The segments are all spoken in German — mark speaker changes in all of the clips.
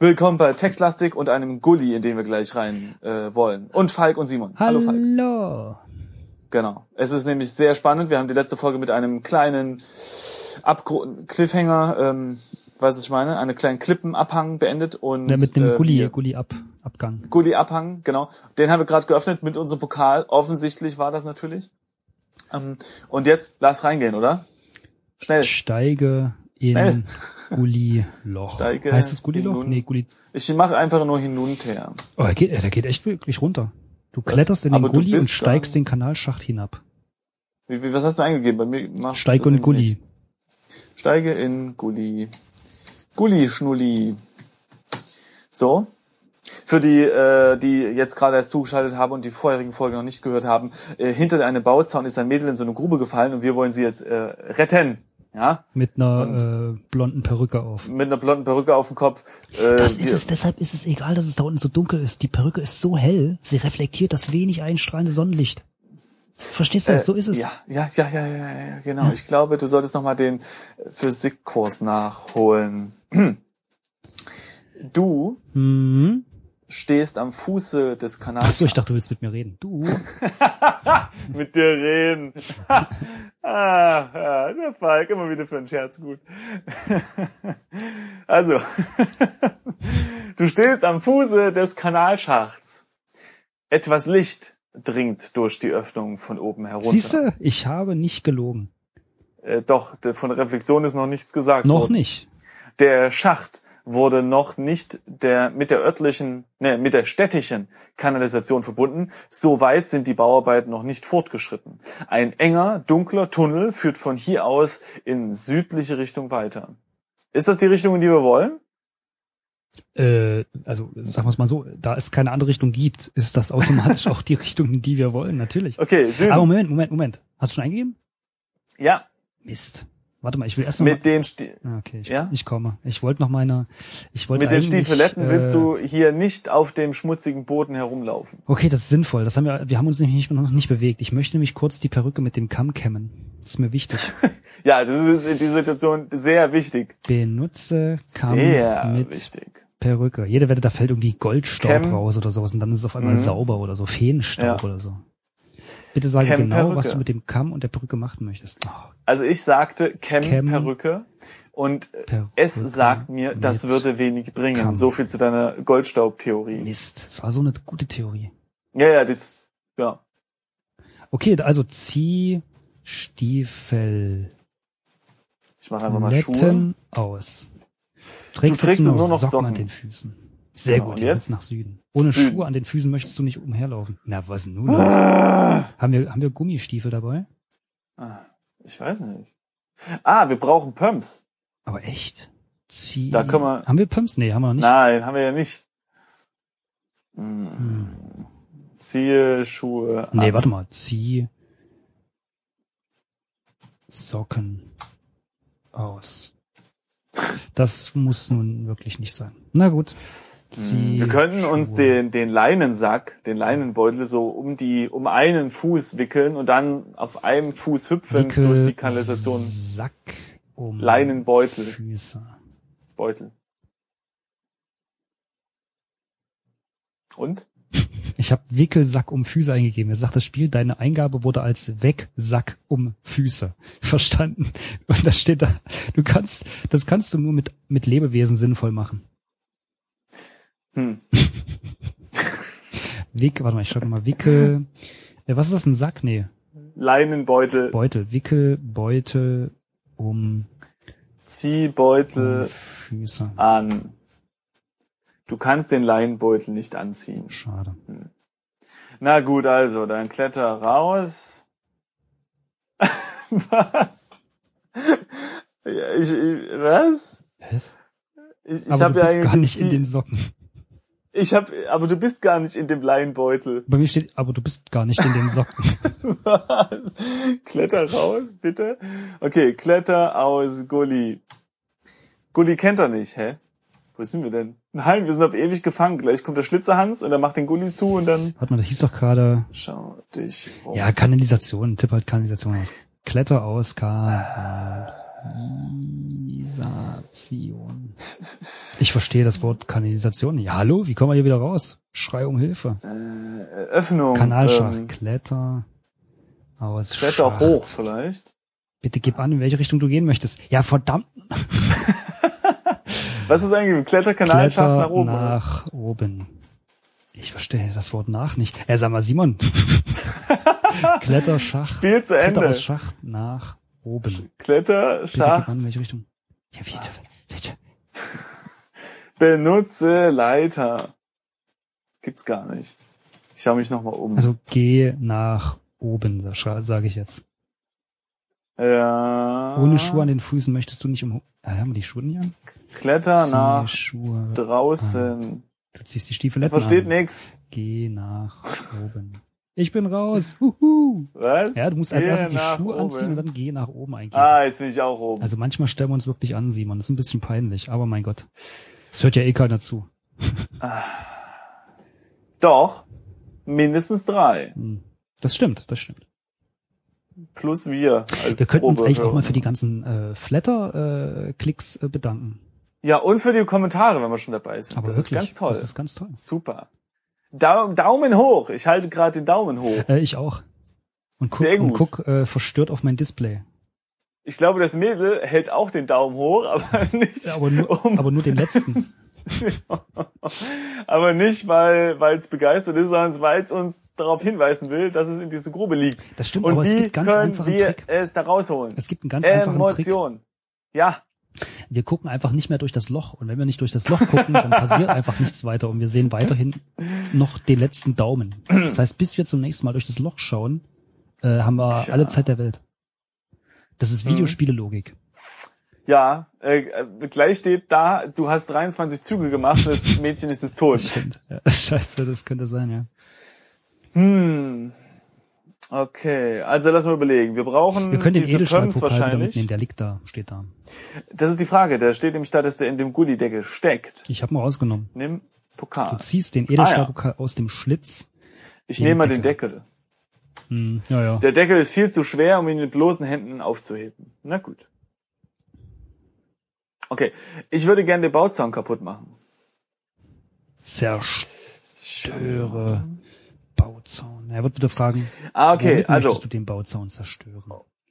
Speaker 1: Willkommen bei Textlastik und einem Gully, in den wir gleich rein äh, wollen. Und Falk und Simon. Hallo, Falk.
Speaker 2: Hallo.
Speaker 1: Genau. Es ist nämlich sehr spannend. Wir haben die letzte Folge mit einem kleinen Abgru Cliffhanger, ähm, weiß ich meine, einen kleinen Klippenabhang beendet und
Speaker 2: Ja, mit dem
Speaker 1: äh,
Speaker 2: Gulli,
Speaker 1: wir-
Speaker 2: Gulli ab, Abgang.
Speaker 1: Gulli-Abhang, genau. Den haben wir gerade geöffnet mit unserem Pokal. Offensichtlich war das natürlich. Ähm, und jetzt lass reingehen, oder? Schnell.
Speaker 2: Steige
Speaker 1: Äh, Schnell.
Speaker 2: in Gulli-Loch.
Speaker 1: Steige
Speaker 2: Heißt es Gulli-Loch?
Speaker 1: hinun-
Speaker 2: Nee, Gulli.
Speaker 1: Ich mache einfach nur hinunter.
Speaker 2: Oh, er geht, er geht echt wirklich runter. Du kletterst in den
Speaker 1: Aber du
Speaker 2: Gulli und
Speaker 1: bist da-
Speaker 2: steigst den Kanalschacht hinab.
Speaker 1: Wie, wie, was hast du eingegeben? Bei mir macht
Speaker 2: Steig
Speaker 1: das
Speaker 2: und
Speaker 1: nämlich
Speaker 2: Gulli.
Speaker 1: nicht. Steige in Gulli. Gulli Schnulli. So. Für die, äh, die jetzt gerade erst zugeschaltet haben und die vorherigen Folgen noch nicht gehört haben, äh, hinter einem Bauzaun ist ein Mädel in so eine Grube gefallen und wir wollen sie jetzt äh, retten. Ja,
Speaker 2: Mit einer äh, blonden Perücke auf.
Speaker 1: mit einer blonden Perücke auf dem Kopf. Äh,
Speaker 3: Das ist
Speaker 1: wir-
Speaker 3: es, deshalb ist es egal, dass es da unten so dunkel ist. Die Perücke ist so hell, sie reflektiert das wenig einstrahlende Sonnenlicht. Verstehst du?
Speaker 1: Äh,
Speaker 3: so ist es.
Speaker 1: Ja, ja, ja, ja, ja, ja, ja, genau. Ich glaube, du solltest nochmal den äh, Physikkurs nachholen. Du
Speaker 2: Mhm.
Speaker 1: stehst am Fuße des Kanals.
Speaker 2: Ach so, ich dachte, du willst mit mir reden. Du.
Speaker 1: mit dir reden. ah, ah, der Falk immer wieder für einen Scherz gut. also, du stehst am Fuße des Kanalschachts. Etwas Licht dringt durch die Öffnung von oben herunter.
Speaker 2: Siehste, ich habe nicht gelogen.
Speaker 1: Äh, doch, de- von Reflexion ist noch nichts gesagt
Speaker 2: Noch
Speaker 1: worden.
Speaker 2: nicht.
Speaker 1: Der Schacht wurde noch nicht der, mit der örtlichen, ne, mit der städtischen Kanalisation verbunden. Soweit sind die Bauarbeiten noch nicht fortgeschritten. Ein enger, dunkler Tunnel führt von hier aus in südliche Richtung weiter. Ist das die Richtung, in die wir wollen?
Speaker 2: Äh, also sagen wir es mal so, da es keine andere Richtung gibt, ist das automatisch auch die Richtung, in die wir wollen, natürlich.
Speaker 1: Okay, Süden.
Speaker 2: Aber Moment, Moment, Moment. Hast du schon eingegeben?
Speaker 1: ja,
Speaker 2: Mist. Warte mal, ich will erst noch
Speaker 1: mit den, Sti
Speaker 2: mal, Ah, okay, ich,
Speaker 1: ja?
Speaker 2: ich komme. Ich wollte noch meine ich wollte
Speaker 1: mit den
Speaker 2: eigentlich,
Speaker 1: Stiefeletten willst
Speaker 2: äh,
Speaker 1: du hier nicht auf dem schmutzigen Boden herumlaufen.
Speaker 2: Okay, das ist sinnvoll. Das haben wir wir haben uns nämlich nicht, noch nicht bewegt. Ich möchte nämlich kurz die Perücke mit dem Kamm kämmen. Das ist mir wichtig.
Speaker 1: Ja, das ist in dieser Situation sehr wichtig.
Speaker 2: Benutze Kamm
Speaker 1: Sehr
Speaker 2: mit
Speaker 1: wichtig.
Speaker 2: Perücke. Jede Wette, da fällt irgendwie Goldstaub
Speaker 1: Cam.
Speaker 2: raus oder sowas und dann ist es auf einmal
Speaker 1: Mhm.
Speaker 2: sauber oder so, Feenstaub
Speaker 1: Ja.
Speaker 2: oder so. Bitte sage
Speaker 1: Cam
Speaker 2: genau, was
Speaker 1: Perücke.
Speaker 2: du mit dem Kamm und der Perücke machen möchtest. Oh,
Speaker 1: Also ich sagte Cam,
Speaker 2: Cam.
Speaker 1: Perücke und äh,
Speaker 2: Perücke
Speaker 1: es sagt mir, das
Speaker 2: mit
Speaker 1: würde wenig bringen.
Speaker 2: Kamm.
Speaker 1: So viel zu deiner Goldstaubtheorie.
Speaker 2: Mist, das war so eine gute Theorie.
Speaker 1: Ja, ja, das ja.
Speaker 2: Okay, also zieh Stiefel
Speaker 1: Ich mache einfach mal Schuhe.
Speaker 2: Letten aus. Trägst,
Speaker 1: trägst
Speaker 2: jetzt nur
Speaker 1: jetzt
Speaker 2: noch
Speaker 1: nur noch
Speaker 2: Socken,
Speaker 1: Socken.
Speaker 2: an den Füßen. Sehr
Speaker 1: Genau,
Speaker 2: gut,
Speaker 1: und
Speaker 2: jetzt
Speaker 1: jetzt?
Speaker 2: nach Süden. Ohne
Speaker 1: Süden.
Speaker 2: Schuhe an den Füßen möchtest du nicht umherlaufen. Na, was nun? los?
Speaker 1: Ah,
Speaker 2: haben wir haben wir Gummistiefel dabei?
Speaker 1: Ich weiß nicht. Ah, wir brauchen Pumps.
Speaker 2: Aber echt? Zieh.
Speaker 1: Da können wir-
Speaker 2: Haben wir Pumps? Nee, haben wir noch nicht.
Speaker 1: Nein, haben wir ja nicht. Hm.
Speaker 2: Hm.
Speaker 1: Ziehe Schuhe.
Speaker 2: Nee,
Speaker 1: an.
Speaker 2: warte mal. Zieh Socken aus. Das muss nun wirklich nicht sein. Na gut. Zieh
Speaker 1: Hm, Wir könnten uns
Speaker 2: Schuhe.
Speaker 1: den, den Leinensack, den Leinenbeutel so um die, um einen Fuß wickeln und dann auf einem Fuß hüpfen
Speaker 2: Wickel
Speaker 1: durch die Kanalisation.
Speaker 2: Sack um
Speaker 1: Leinenbeutel,
Speaker 2: Füße.
Speaker 1: Beutel. Und?
Speaker 2: Ich habe Wickelsack um Füße eingegeben. Er sagt das Spiel, deine Eingabe wurde als Wegsack um Füße verstanden. Und da steht da, du kannst, das kannst du nur mit, mit Lebewesen sinnvoll machen.
Speaker 1: Hm.
Speaker 2: Wick, warte mal, ich schreibe mal Wickel. Äh, Was ist das, ein Sack? Nee,
Speaker 1: Leinenbeutel,
Speaker 2: Beutel. Wickel, Beutel um, um
Speaker 1: Ziehbeutel
Speaker 2: Füße.
Speaker 1: an. Du kannst den Leinenbeutel nicht anziehen.
Speaker 2: Schade.
Speaker 1: Na gut, also, dann kletter raus. was? Ja, ich, ich, was?
Speaker 2: Was?
Speaker 1: Ich, ich
Speaker 2: Aber
Speaker 1: habe
Speaker 2: du
Speaker 1: ja
Speaker 2: bist
Speaker 1: eigentlich
Speaker 2: gar nicht in
Speaker 1: Zieh-
Speaker 2: den Socken.
Speaker 1: ich hab, aber du bist gar nicht in dem Leinenbeutel.
Speaker 2: Bei mir steht, aber du bist gar nicht in den Socken.
Speaker 1: kletter raus, bitte. Okay, kletter aus Gully. Gully kennt er nicht, hä? Wo sind wir denn? Nein, wir sind auf ewig gefangen. Gleich kommt der Schlitzerhans und er macht den Gully zu und dann
Speaker 2: Warte mal, das hieß doch gerade,
Speaker 1: schau dich um.
Speaker 2: ja, Kanalisation. Tipp halt Kanalisation aus. Kletter aus, Kanalisation. Ich verstehe das Wort Kanalisation. nicht. Ja, hallo, wie kommen wir hier wieder raus? Schrei um Hilfe.
Speaker 1: Äh, Öffnung.
Speaker 2: Kanalschacht,
Speaker 1: ähm,
Speaker 2: Kletter. Aus
Speaker 1: Kletter hoch vielleicht.
Speaker 2: Bitte gib an, in welche Richtung du gehen möchtest. Ja, verdammt.
Speaker 1: Was ist eigentlich? Kletterkanalschacht
Speaker 2: Kletter
Speaker 1: nach oben. oder?
Speaker 2: Nach oben. Ich verstehe das Wort nach nicht. Äh, sag mal, Simon. Kletterschacht.
Speaker 1: Spiel zu
Speaker 2: Kletter
Speaker 1: Ende.
Speaker 2: aus Schacht nach oben. Bitte gib an,
Speaker 1: Kletterschacht.
Speaker 2: in welche Richtung. Ja, wie,
Speaker 1: Benutze Leiter. Gibt's gar nicht. Ich schaue mich nochmal um.
Speaker 2: also geh nach oben, sage ich jetzt.
Speaker 1: ja.
Speaker 2: Ohne Schuhe an den Füßen möchtest du nicht um. Ah, haben wir die Schuhe nicht an?
Speaker 1: Kletter
Speaker 2: Zieh
Speaker 1: nach
Speaker 2: Schuhe.
Speaker 1: draußen.
Speaker 2: Du ziehst die Stiefeletten
Speaker 1: Versteht
Speaker 2: an.
Speaker 1: nix.
Speaker 2: Geh nach oben. Ich bin raus. Huhu.
Speaker 1: Was?
Speaker 2: Ja, du musst als
Speaker 1: Geh
Speaker 2: erstes die
Speaker 1: nach
Speaker 2: Schuhe
Speaker 1: oben.
Speaker 2: anziehen und dann geh nach oben eingehen.
Speaker 1: Ah, jetzt bin ich auch oben.
Speaker 2: Also manchmal stellen wir uns wirklich an, Simon. Das ist ein bisschen peinlich, aber mein Gott. Es hört ja eh keiner zu.
Speaker 1: Doch. Mindestens drei.
Speaker 2: Hm. Das stimmt, das stimmt.
Speaker 1: Plus wir als
Speaker 2: Wir könnten uns eigentlich auch
Speaker 1: Probehörer.
Speaker 2: mal für die ganzen äh, Flatter-Klicks äh, bedanken.
Speaker 1: Ja, und für die Kommentare, wenn wir schon dabei sind.
Speaker 2: Aber
Speaker 1: das
Speaker 2: wirklich,
Speaker 1: ist ganz toll.
Speaker 2: Das ist ganz toll.
Speaker 1: Super. Da Daumen hoch. Ich halte gerade den Daumen hoch.
Speaker 2: Äh, ich auch. Und guck,
Speaker 1: Sehr
Speaker 2: und
Speaker 1: gut.
Speaker 2: guck äh, verstört auf mein Display.
Speaker 1: Ich glaube, das Mädel hält auch den Daumen hoch, aber nicht,
Speaker 2: Ja, aber, nur,
Speaker 1: um,
Speaker 2: aber nur den letzten.
Speaker 1: aber nicht, weil es begeistert ist, sondern weil es uns darauf hinweisen will, dass es in diese Grube liegt.
Speaker 2: Das stimmt,
Speaker 1: Und
Speaker 2: aber es
Speaker 1: wie
Speaker 2: gibt ganz
Speaker 1: können
Speaker 2: einfachen
Speaker 1: wir
Speaker 2: Trick.
Speaker 1: es da rausholen?
Speaker 2: Es gibt einen ganz einfachen Trick.
Speaker 1: Emotion. Ja,
Speaker 2: Wir gucken einfach nicht mehr durch das Loch. Und wenn wir nicht durch das Loch gucken, dann passiert einfach nichts weiter. Und wir sehen weiterhin noch den letzten Daumen. Das heißt, bis wir zum nächsten Mal durch das Loch schauen, äh, haben wir
Speaker 1: Tja.
Speaker 2: alle Zeit der Welt. Das ist
Speaker 1: Mhm.
Speaker 2: Videospielelogik.
Speaker 1: ja. Äh, äh, gleich steht da, du hast 23 Züge gemacht und das Mädchen ist jetzt tot.
Speaker 2: Stimmt. Ja, scheiße, das könnte sein, ja.
Speaker 1: Hm. Okay, also lass mal überlegen. Wir brauchen
Speaker 2: Wir können den
Speaker 1: diese Pumps
Speaker 2: Edelstahlpokal wieder
Speaker 1: wahrscheinlich.
Speaker 2: mitnehmen. Der liegt da, steht da.
Speaker 1: Das ist die Frage. Da steht nämlich da, dass der in dem Goodie-Deckel steckt.
Speaker 2: Ich habe mal rausgenommen.
Speaker 1: Nimm
Speaker 2: Du
Speaker 1: Pokal.
Speaker 2: ziehst den Edelstahlpokal aus dem Schlitz.
Speaker 1: Ich
Speaker 2: den
Speaker 1: nehme mal den Deckel.
Speaker 2: Hm, ja, ja.
Speaker 1: Der Deckel ist viel zu schwer, um ihn mit bloßen Händen aufzuheben. Na gut. Okay, ich würde gerne den Bauzaun kaputt machen.
Speaker 2: Zerstöre Bauzaun. Er wird wieder fragen,
Speaker 1: Ah, okay,
Speaker 2: womit
Speaker 1: also
Speaker 2: möchtest du den Bauzaun zerstören?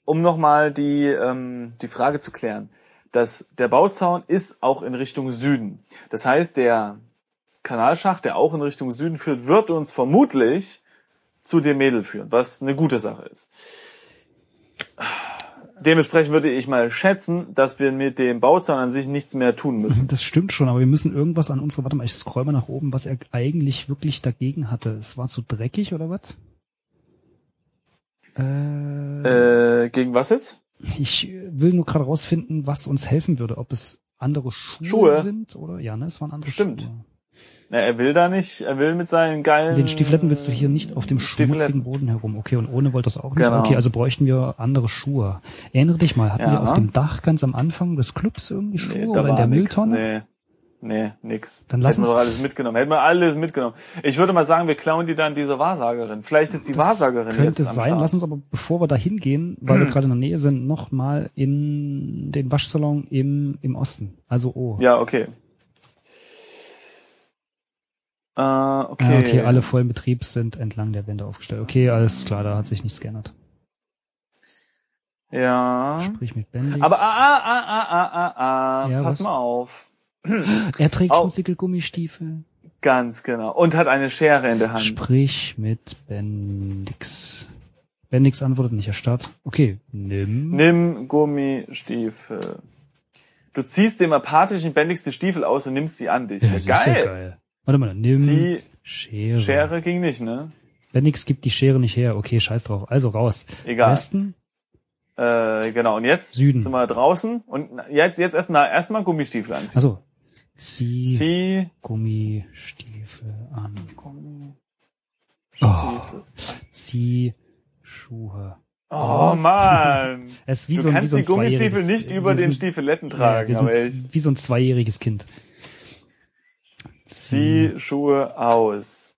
Speaker 1: um nochmal die, ähm, die Frage zu klären. Das, der Bauzaun ist auch in Richtung Süden. Das heißt, der Kanalschacht, der auch in Richtung Süden führt, wird uns vermutlich zu dem Mädel führen, was eine gute Sache ist. Dementsprechend würde ich mal schätzen, dass wir mit dem Bauzaun an sich nichts mehr tun müssen.
Speaker 2: Das stimmt schon, aber wir müssen irgendwas an unserer, warte mal, ich scroll mal nach oben, was er eigentlich wirklich dagegen hatte. Es war zu dreckig oder was? Äh,
Speaker 1: Äh, gegen was jetzt?
Speaker 2: ich will nur gerade rausfinden, was uns helfen würde, ob es andere Schuhe,
Speaker 1: Schuhe.
Speaker 2: sind oder ja, ne, es waren andere
Speaker 1: Stimmt.
Speaker 2: Schuhe.
Speaker 1: Na, er will da nicht, er will mit seinen geilen.
Speaker 2: Den Stiefeletten willst du hier nicht auf dem
Speaker 1: Stiefeletten.
Speaker 2: schmutzigen Boden herum. Okay, und ohne wollte das auch nicht.
Speaker 1: Genau.
Speaker 2: Okay, also bräuchten wir andere Schuhe. Erinnere dich mal, hatten
Speaker 1: Ja.
Speaker 2: wir auf dem Dach ganz am Anfang des Clubs irgendwie Schuhe
Speaker 1: Nee, da
Speaker 2: oder Oh, in
Speaker 1: war
Speaker 2: der
Speaker 1: nix.
Speaker 2: Mülltonne?
Speaker 1: Nee. Nee, nix.
Speaker 2: Dann lass
Speaker 1: Hätten wir
Speaker 2: uns-
Speaker 1: doch alles mitgenommen. Hätten wir alles mitgenommen. Ich würde mal sagen, wir klauen die dann dieser Wahrsagerin. Vielleicht ist die Wahrsagerin
Speaker 2: könnte
Speaker 1: jetzt am
Speaker 2: sein.
Speaker 1: Start. Hm.
Speaker 2: Lass uns aber, bevor wir da hingehen, weil wir gerade in der Nähe sind, nochmal in den Waschsalon im, im Osten. Also O.
Speaker 1: ja, okay. Äh, okay.
Speaker 2: Ja, Ah, okay, alle vollen Betriebs sind entlang der Wände aufgestellt. Okay, alles klar, da hat sich nichts geändert.
Speaker 1: Ja.
Speaker 2: Sprich mit Bendix.
Speaker 1: Aber ah, ah, ah, ah, ah, ah, ah.
Speaker 2: Ja,
Speaker 1: pass
Speaker 2: was?
Speaker 1: mal auf.
Speaker 2: er trägt
Speaker 1: Au.
Speaker 2: schmutzige Gummistiefel.
Speaker 1: Ganz genau. Und hat eine Schere in der Hand.
Speaker 2: Sprich mit Bendix. Bendix antwortet nicht, er starrt. Okay, nimm.
Speaker 1: Nimm Gummistiefel. Du ziehst dem apathischen Bendix die Stiefel aus und nimmst sie an dich.
Speaker 2: Ja, das ist ja
Speaker 1: geil.
Speaker 2: geil. Warte mal, nimm
Speaker 1: Zieh
Speaker 2: Schere.
Speaker 1: Schere ging nicht, ne?
Speaker 2: Bendix gibt die Schere nicht her. Okay, scheiß drauf. Also raus.
Speaker 1: Egal.
Speaker 2: Westen,
Speaker 1: Äh, genau. Und jetzt
Speaker 2: Süden.
Speaker 1: sind wir draußen und jetzt jetzt erstmal erstmal Gummistiefel anziehen.
Speaker 2: Also, zieh,
Speaker 1: Zieh
Speaker 2: Gummistiefel an.
Speaker 1: Gummistiefel.
Speaker 2: Zieh Schuhe.
Speaker 1: Oh,
Speaker 2: Was?
Speaker 1: Mann.
Speaker 2: Es ist wie
Speaker 1: Du
Speaker 2: so ein, wie
Speaker 1: kannst
Speaker 2: so ein
Speaker 1: die Gummistiefel
Speaker 2: zweijähriges-
Speaker 1: nicht
Speaker 2: wir
Speaker 1: über den
Speaker 2: sind-
Speaker 1: Stiefeletten
Speaker 2: ja,
Speaker 1: tragen,
Speaker 2: wir
Speaker 1: aber echt.
Speaker 2: sind wie so ein zweijähriges Kind.
Speaker 1: Zieh Schuhe aus.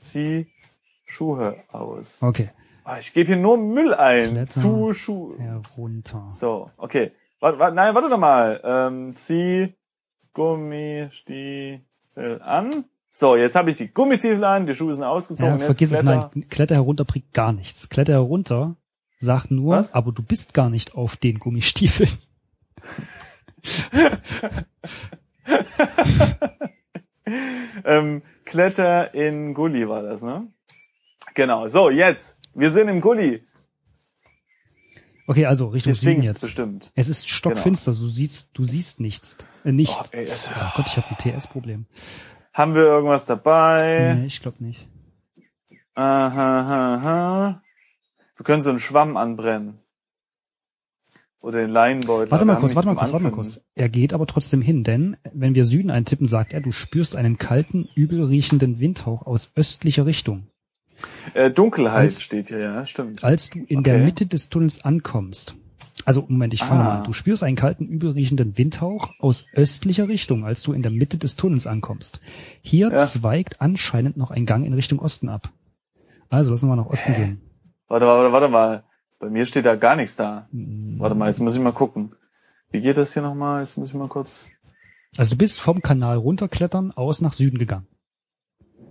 Speaker 1: Zieh Schuhe aus. Ah,
Speaker 2: Okay,
Speaker 1: Oh, ich gebe hier nur Müll ein.
Speaker 2: Kletter.
Speaker 1: Zu Schuhe.
Speaker 2: herunter.
Speaker 1: So, okay. Warte, warte, nein, warte doch mal. Ähm, zieh Gummistiefel an. So, jetzt habe ich die Gummistiefel an, die Schuhe sind
Speaker 2: Ja,
Speaker 1: ausgezogen. jetzt
Speaker 2: vergiss es,
Speaker 1: Kletter.
Speaker 2: nein, Kletter herunter bringt gar nichts. Kletter herunter sagt nur,
Speaker 1: Was?
Speaker 2: aber du bist gar nicht auf den Gummistiefeln.
Speaker 1: Ähm, Kletter in Gully war das, ne? Genau. So, jetzt. Wir sind im Gully.
Speaker 2: Okay, also Richtung
Speaker 1: Hier
Speaker 2: Süden
Speaker 1: stinkt's
Speaker 2: jetzt.
Speaker 1: bestimmt. Genau.
Speaker 2: Es ist stockfinster, du siehst, du siehst nichts. Äh, nicht.
Speaker 1: Oh,
Speaker 2: Oh,
Speaker 1: ey, es-
Speaker 2: Gott, ich habe ein TS-Problem.
Speaker 1: Haben wir irgendwas dabei?
Speaker 2: Nee, ich glaube nicht.
Speaker 1: Aha, aha, aha. Wir können so einen Schwamm anbrennen. Oder den Leinbeutel.
Speaker 2: Warte
Speaker 1: aber wir
Speaker 2: mal
Speaker 1: haben
Speaker 2: kurz, warte mal
Speaker 1: nichts
Speaker 2: kurz, warte
Speaker 1: zum
Speaker 2: mal kurz. Er geht aber trotzdem hin, denn wenn wir Süden eintippen, sagt er, du spürst einen kalten, übel riechenden Windhauch aus östlicher Richtung.
Speaker 1: Anzünden. Äh, Dunkelheit
Speaker 2: Als-
Speaker 1: steht hier, ja, stimmt.
Speaker 2: als du in
Speaker 1: Okay.
Speaker 2: der Mitte des Tunnels ankommst. Also Moment, ich fange
Speaker 1: Ah.
Speaker 2: mal an. Du spürst einen kalten, übel riechenden Windhauch aus östlicher Richtung, als du in der Mitte des Tunnels ankommst. Hier
Speaker 1: Ja.
Speaker 2: zweigt anscheinend noch ein Gang in Richtung Osten ab. Also lassen wir nach Osten gehen.
Speaker 1: Warte mal, warte, warte mal. Bei mir steht da gar nichts da.
Speaker 2: Mhm.
Speaker 1: Warte mal, jetzt muss ich mal gucken. Wie geht das hier nochmal? Jetzt muss ich mal kurz.
Speaker 2: Also du bist vom Kanal runterklettern, aus nach Süden gegangen.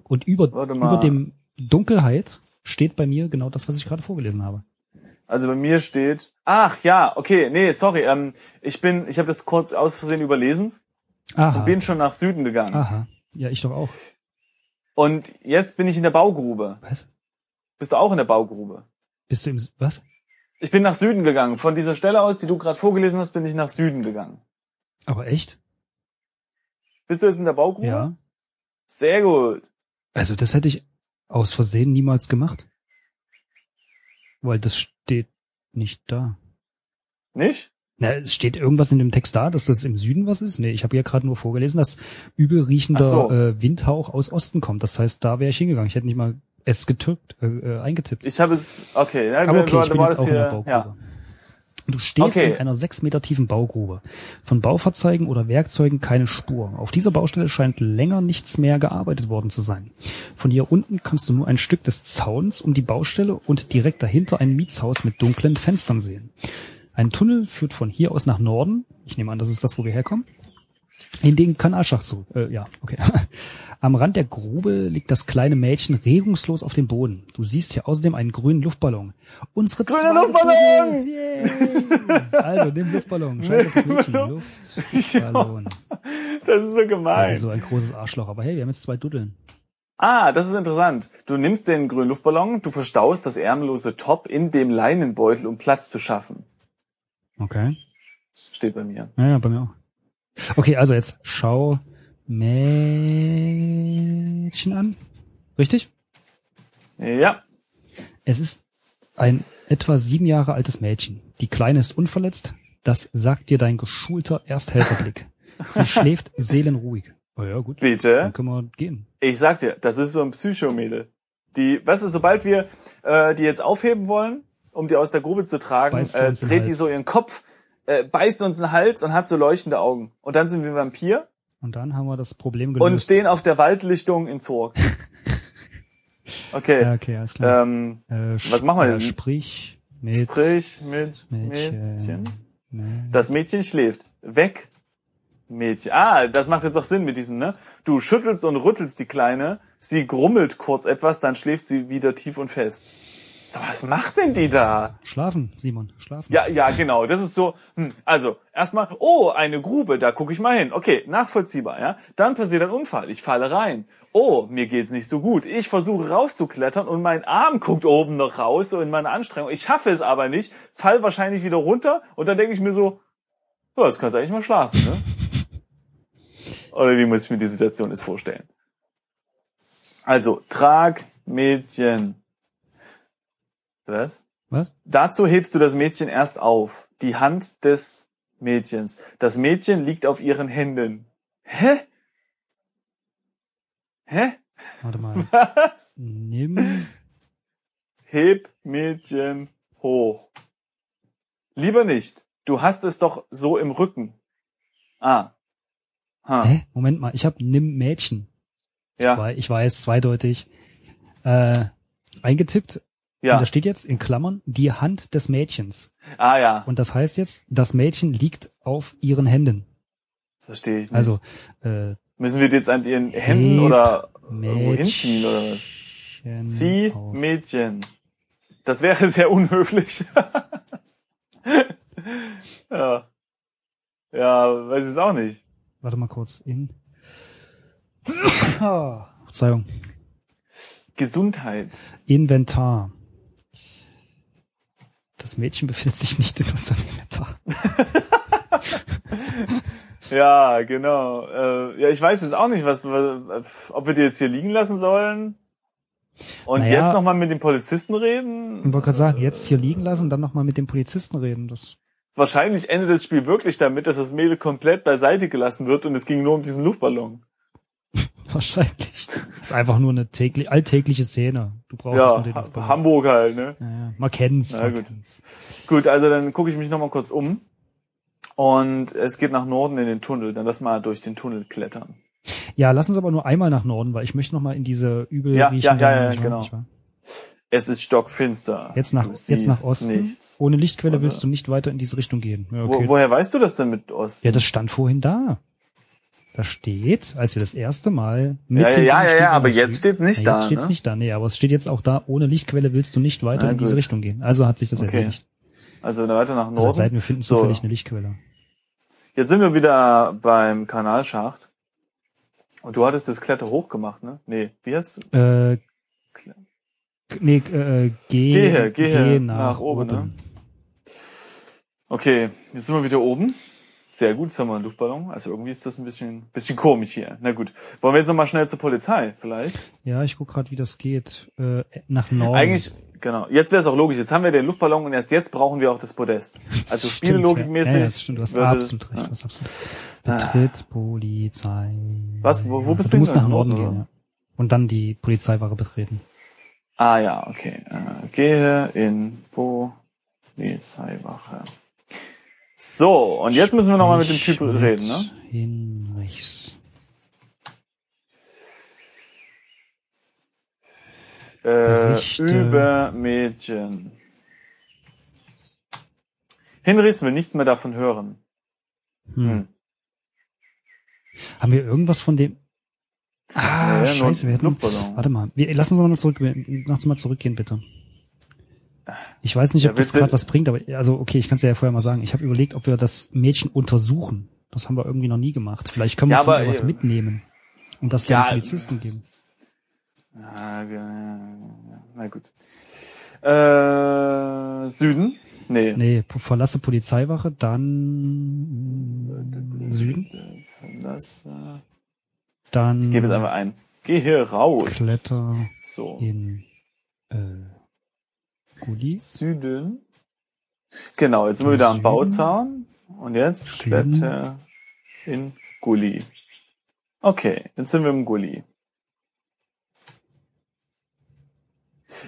Speaker 2: Und über,
Speaker 1: Warte mal.
Speaker 2: über dem Dunkelheit steht bei mir genau das, was ich gerade vorgelesen habe.
Speaker 1: Also bei mir steht. Ach ja, okay, nee, sorry. Ähm, ich bin, ich habe das kurz aus Versehen überlesen und
Speaker 2: Aha.
Speaker 1: bin schon nach Süden gegangen.
Speaker 2: Aha. Ja, ich doch auch.
Speaker 1: Und jetzt bin ich in der Baugrube.
Speaker 2: Was?
Speaker 1: Bist du auch in der Baugrube?
Speaker 2: Bist du im, S- was?
Speaker 1: Ich bin nach Süden gegangen. Von dieser Stelle aus, die du gerade vorgelesen hast, bin ich nach Süden gegangen.
Speaker 2: Aber echt?
Speaker 1: Bist du jetzt in der Baugrube?
Speaker 2: Ja.
Speaker 1: Sehr gut.
Speaker 2: Also das hätte ich aus Versehen niemals gemacht. Weil das steht nicht da.
Speaker 1: Nicht?
Speaker 2: Na, es steht irgendwas in dem Text da, dass das im Süden was ist? Nee, ich habe ja gerade nur vorgelesen, dass übel riechender
Speaker 1: Ach so.
Speaker 2: äh, Windhauch aus Osten kommt. Das heißt, da wäre ich hingegangen. Ich hätte nicht mal es getippt, äh, äh, eingetippt.
Speaker 1: Ich habe es. Okay, ja,
Speaker 2: Aber okay,
Speaker 1: war-
Speaker 2: ich bin
Speaker 1: war
Speaker 2: jetzt
Speaker 1: das
Speaker 2: auch in der
Speaker 1: hier-
Speaker 2: Baugrube.
Speaker 1: Ja.
Speaker 2: Du stehst
Speaker 1: Okay.
Speaker 2: in einer sechs Meter tiefen Baugrube. Von Baufahrzeugen oder Werkzeugen keine Spur. Auf dieser Baustelle scheint länger nichts mehr gearbeitet worden zu sein. Von hier unten kannst du nur ein Stück des Zauns um die Baustelle und direkt dahinter ein Mietshaus mit dunklen Fenstern sehen. Ein Tunnel führt von hier aus nach Norden. Ich nehme an, das ist das, wo wir herkommen. In den Kanalschacht zurück. Äh, ja, okay. Am Rand der Grube liegt das kleine Mädchen regungslos auf dem Boden. Du siehst hier außerdem einen grünen Luftballon. Unsere
Speaker 1: Grüner
Speaker 2: zweite
Speaker 1: Luftballon!
Speaker 2: Kugel. Yay! Also, nimm Luftballon. Scheiß auf das Mädchen. Luftballon.
Speaker 1: Das ist so
Speaker 2: Das
Speaker 1: gemein.
Speaker 2: ist so ein großes Arschloch. Aber hey, wir haben jetzt zwei Duddeln.
Speaker 1: Ah, das ist interessant. Du nimmst den grünen Luftballon, du verstaust das ärmlose Top in dem Leinenbeutel, um Platz zu schaffen.
Speaker 2: Okay.
Speaker 1: Steht bei mir.
Speaker 2: Ja, ja, bei mir auch. Okay, also jetzt schau Mädchen an. Richtig?
Speaker 1: Ja.
Speaker 2: Es ist ein etwa sieben Jahre altes Mädchen. Die Kleine ist unverletzt. Das sagt dir dein geschulter Ersthelferblick. Sie schläft seelenruhig. Oh ja, gut. Dann
Speaker 1: Bitte.
Speaker 2: können wir gehen.
Speaker 1: Ich sag dir, das ist so ein Psychomädel. Die, weißt du, sobald wir äh, die jetzt aufheben wollen, um die aus der Grube zu tragen,
Speaker 2: Beißt sie
Speaker 1: äh,
Speaker 2: uns in den
Speaker 1: dreht die
Speaker 2: Hals.
Speaker 1: so ihren Kopf, äh, beißt uns den Hals und hat so leuchtende Augen. Und dann sind wir Vampir
Speaker 2: Und dann haben wir das Problem
Speaker 1: und
Speaker 2: gelöst.
Speaker 1: stehen auf der Waldlichtung in Zorg.
Speaker 2: ja,
Speaker 1: Okay.
Speaker 2: okay, alles klar.
Speaker 1: Ähm,
Speaker 2: äh,
Speaker 1: äh, was machen wir denn?
Speaker 2: Sprich mit
Speaker 1: sprich mit
Speaker 2: Mädchen.
Speaker 1: Mädchen.
Speaker 2: Nee.
Speaker 1: Das Mädchen schläft. Weg. Mädchen. Ah, das macht jetzt auch Sinn mit diesem, ne? Du schüttelst und rüttelst die Kleine, sie grummelt kurz etwas, dann schläft sie wieder tief und fest. So, was macht denn die da?
Speaker 2: Schlafen, Simon, schlafen.
Speaker 1: Ja, ja, genau. Das ist so. Hm, also, erstmal, oh, eine Grube, da gucke ich mal hin. Okay, nachvollziehbar, ja. Dann passiert ein Unfall, ich falle rein. Oh, mir geht's nicht so gut. Ich versuche rauszuklettern und mein Arm guckt oben noch raus, so in meiner Anstrengung. Ich schaffe es aber nicht, fall wahrscheinlich wieder runter und dann denke ich mir so, ja, jetzt kannst du eigentlich mal schlafen, ne? Oder wie muss ich mir die Situation jetzt vorstellen? Also, trag Mädchen. Was?
Speaker 2: Was?
Speaker 1: Dazu hebst du das Mädchen erst auf. Die Hand des Mädchens. Das Mädchen liegt auf ihren Händen. Hä? Hä?
Speaker 2: Warte mal.
Speaker 1: Was?
Speaker 2: Nimm
Speaker 1: Heb Mädchen hoch. Lieber nicht. Du hast es doch so im Rücken. Ah. Ha.
Speaker 2: Hä? ah, Moment mal, ich habe nimm Mädchen.
Speaker 1: Ja.
Speaker 2: Zwei, ich weiß, zweideutig. Äh, eingetippt Und
Speaker 1: Ja.
Speaker 2: da steht jetzt in Klammern die Hand des Mädchens.
Speaker 1: Ah ja,
Speaker 2: Und das heißt jetzt, das Mädchen liegt auf ihren Händen.
Speaker 1: verstehe ich nicht.
Speaker 2: Also äh,
Speaker 1: Müssen wir die jetzt an ihren Hm. Händen
Speaker 2: Heb
Speaker 1: oder irgendwo hinziehen oder was?
Speaker 2: Mädchen.
Speaker 1: Zieh
Speaker 2: auf-
Speaker 1: Mädchen. Das wäre sehr unhöflich. ja. ja, weiß ich auch nicht.
Speaker 2: Warte mal kurz. In. Ah, Verzeihung.
Speaker 1: Gesundheit.
Speaker 2: Inventar. Das Mädchen befindet sich nicht in unserem Inventar.
Speaker 1: Ja, genau. Äh, ja, ich weiß jetzt auch nicht, was, was, ob wir die jetzt hier liegen lassen sollen. Und
Speaker 2: Naja.
Speaker 1: jetzt nochmal mit dem Polizisten reden.
Speaker 2: Ich wollte gerade sagen, jetzt hier liegen lassen und dann nochmal mit dem Polizisten reden. Das,
Speaker 1: Wahrscheinlich endet das Spiel wirklich damit, dass das Mädel komplett beiseite gelassen wird und es ging nur um diesen Luftballon.
Speaker 2: wahrscheinlich. ist einfach nur eine täglich, alltägliche Szene. Du brauchst
Speaker 1: ja,
Speaker 2: nur den
Speaker 1: Ha-
Speaker 2: Inventar.
Speaker 1: Hamburg halt, ne?
Speaker 2: Ja, ja. Man kennt's.
Speaker 1: Na
Speaker 2: man
Speaker 1: gut.
Speaker 2: kennt's.
Speaker 1: Gut, also dann gucke ich mich nochmal kurz um. Und es geht nach Norden in den Tunnel. Dann lass mal durch den Tunnel klettern.
Speaker 2: Ja, lass uns aber nur einmal nach Norden, weil ich möchte nochmal in diese übel
Speaker 1: Ja, ja,
Speaker 2: riechende-
Speaker 1: ja, ja,
Speaker 2: nicht wahr,
Speaker 1: genau.
Speaker 2: nicht wahr?
Speaker 1: Es ist stockfinster.
Speaker 2: Jetzt nach,
Speaker 1: Du
Speaker 2: jetzt nach
Speaker 1: siehst
Speaker 2: Osten. Oh,
Speaker 1: Nichts.
Speaker 2: Ohne Lichtquelle
Speaker 1: Oder-
Speaker 2: willst du nicht weiter in diese Richtung gehen. Ja,
Speaker 1: Wo, woher weißt du das denn mit Osten?
Speaker 2: Ja, das stand vorhin da. Da steht, als wir das erste Mal mit
Speaker 1: Ja,
Speaker 2: den
Speaker 1: ja, ja,
Speaker 2: Gangstiefeln
Speaker 1: ja, aber
Speaker 2: nach
Speaker 1: jetzt
Speaker 2: Süden-
Speaker 1: steht's nicht
Speaker 2: Na,
Speaker 1: da,
Speaker 2: Jetzt steht's
Speaker 1: ne?
Speaker 2: nicht da, nee, aber es steht jetzt auch da, ohne Lichtquelle willst du nicht weiter
Speaker 1: Na
Speaker 2: in diese
Speaker 1: gut.
Speaker 2: Richtung gehen. Also hat sich das
Speaker 1: Okay.
Speaker 2: erledigt.
Speaker 1: Also weiter nach
Speaker 2: Also es
Speaker 1: Norden.
Speaker 2: sei denn, wir finden
Speaker 1: So.
Speaker 2: zufällig eine Lichtquelle.
Speaker 1: Jetzt sind wir wieder beim Kanalschacht. Und du hattest das Kletter hochgemacht, ne? Nee, wie hast du?
Speaker 2: Äh,
Speaker 1: Kle-
Speaker 2: nee, äh, geh,
Speaker 1: Gehe, gehe
Speaker 2: nach,
Speaker 1: nach oben,
Speaker 2: oben.
Speaker 1: ne? Okay, jetzt sind wir wieder oben. Sehr gut, jetzt haben wir einen Luftballon. Also irgendwie ist das ein bisschen, bisschen komisch hier. Na gut. Wollen wir jetzt nochmal schnell zur Polizei, vielleicht?
Speaker 2: Ja, ich guck gerade, wie das geht. Äh, nach Norden.
Speaker 1: Eigentlich, genau. Jetzt wäre es auch logisch. Jetzt haben wir den Luftballon und erst jetzt brauchen wir auch das Podest. Also
Speaker 2: Stimmt,
Speaker 1: spiellogikmäßig.
Speaker 2: Ja, ja, das stimmt, du hast
Speaker 1: würde- Ah.
Speaker 2: absolut recht. Du hast absolut recht. Betritt Polizei.
Speaker 1: Was? Wo- wo bist du
Speaker 2: Du musst
Speaker 1: hin?
Speaker 2: nach Norden
Speaker 1: Norden,
Speaker 2: gehen,
Speaker 1: oder?
Speaker 2: ja. Und dann die Polizeiwache betreten.
Speaker 1: Ah ja, okay. Äh, gehe in Polizeiwache. So, und jetzt müssen wir nochmal mit dem Typ
Speaker 2: Schritt
Speaker 1: reden, ne?
Speaker 2: Hinrichs.
Speaker 1: Äh,
Speaker 2: Berichte.
Speaker 1: über Mädchen. Hinrichs will nichts mehr davon hören.
Speaker 2: Hm.
Speaker 1: Hm.
Speaker 2: Haben wir irgendwas von dem? Ah,
Speaker 1: Ja, ja, nur
Speaker 2: scheiße, wir hätten.
Speaker 1: Luftballon.
Speaker 2: Warte mal, wir, lass uns mal noch zurück, noch mal zurückgehen, bitte. Ich weiß nicht,
Speaker 1: Ja,
Speaker 2: ob das
Speaker 1: willst du-
Speaker 2: gerade was bringt, aber also okay, ich kann es ja vorher mal sagen. Ich habe überlegt, ob wir das Mädchen untersuchen. Das haben wir irgendwie noch nie gemacht. Vielleicht können
Speaker 1: Ja,
Speaker 2: wir von
Speaker 1: aber,
Speaker 2: ihr was
Speaker 1: äh,
Speaker 2: mitnehmen und das
Speaker 1: ja,
Speaker 2: den Polizisten geben.
Speaker 1: Ah, ja, ja, ja. Na gut. Äh, Süden? Nee.
Speaker 2: Nee, po- verlasse Polizeiwache, dann mm, Süden,
Speaker 1: Das, äh,
Speaker 2: dann
Speaker 1: ich gebe es einfach ein. Geh hier raus.
Speaker 2: Kletter
Speaker 1: So.
Speaker 2: in äh, Gulli.
Speaker 1: Süden. Genau, jetzt sind wir wieder am
Speaker 2: Süden.
Speaker 1: Bauzaun. Und jetzt
Speaker 2: Süden.
Speaker 1: Kletter in Gully. Okay, jetzt sind wir im Gully.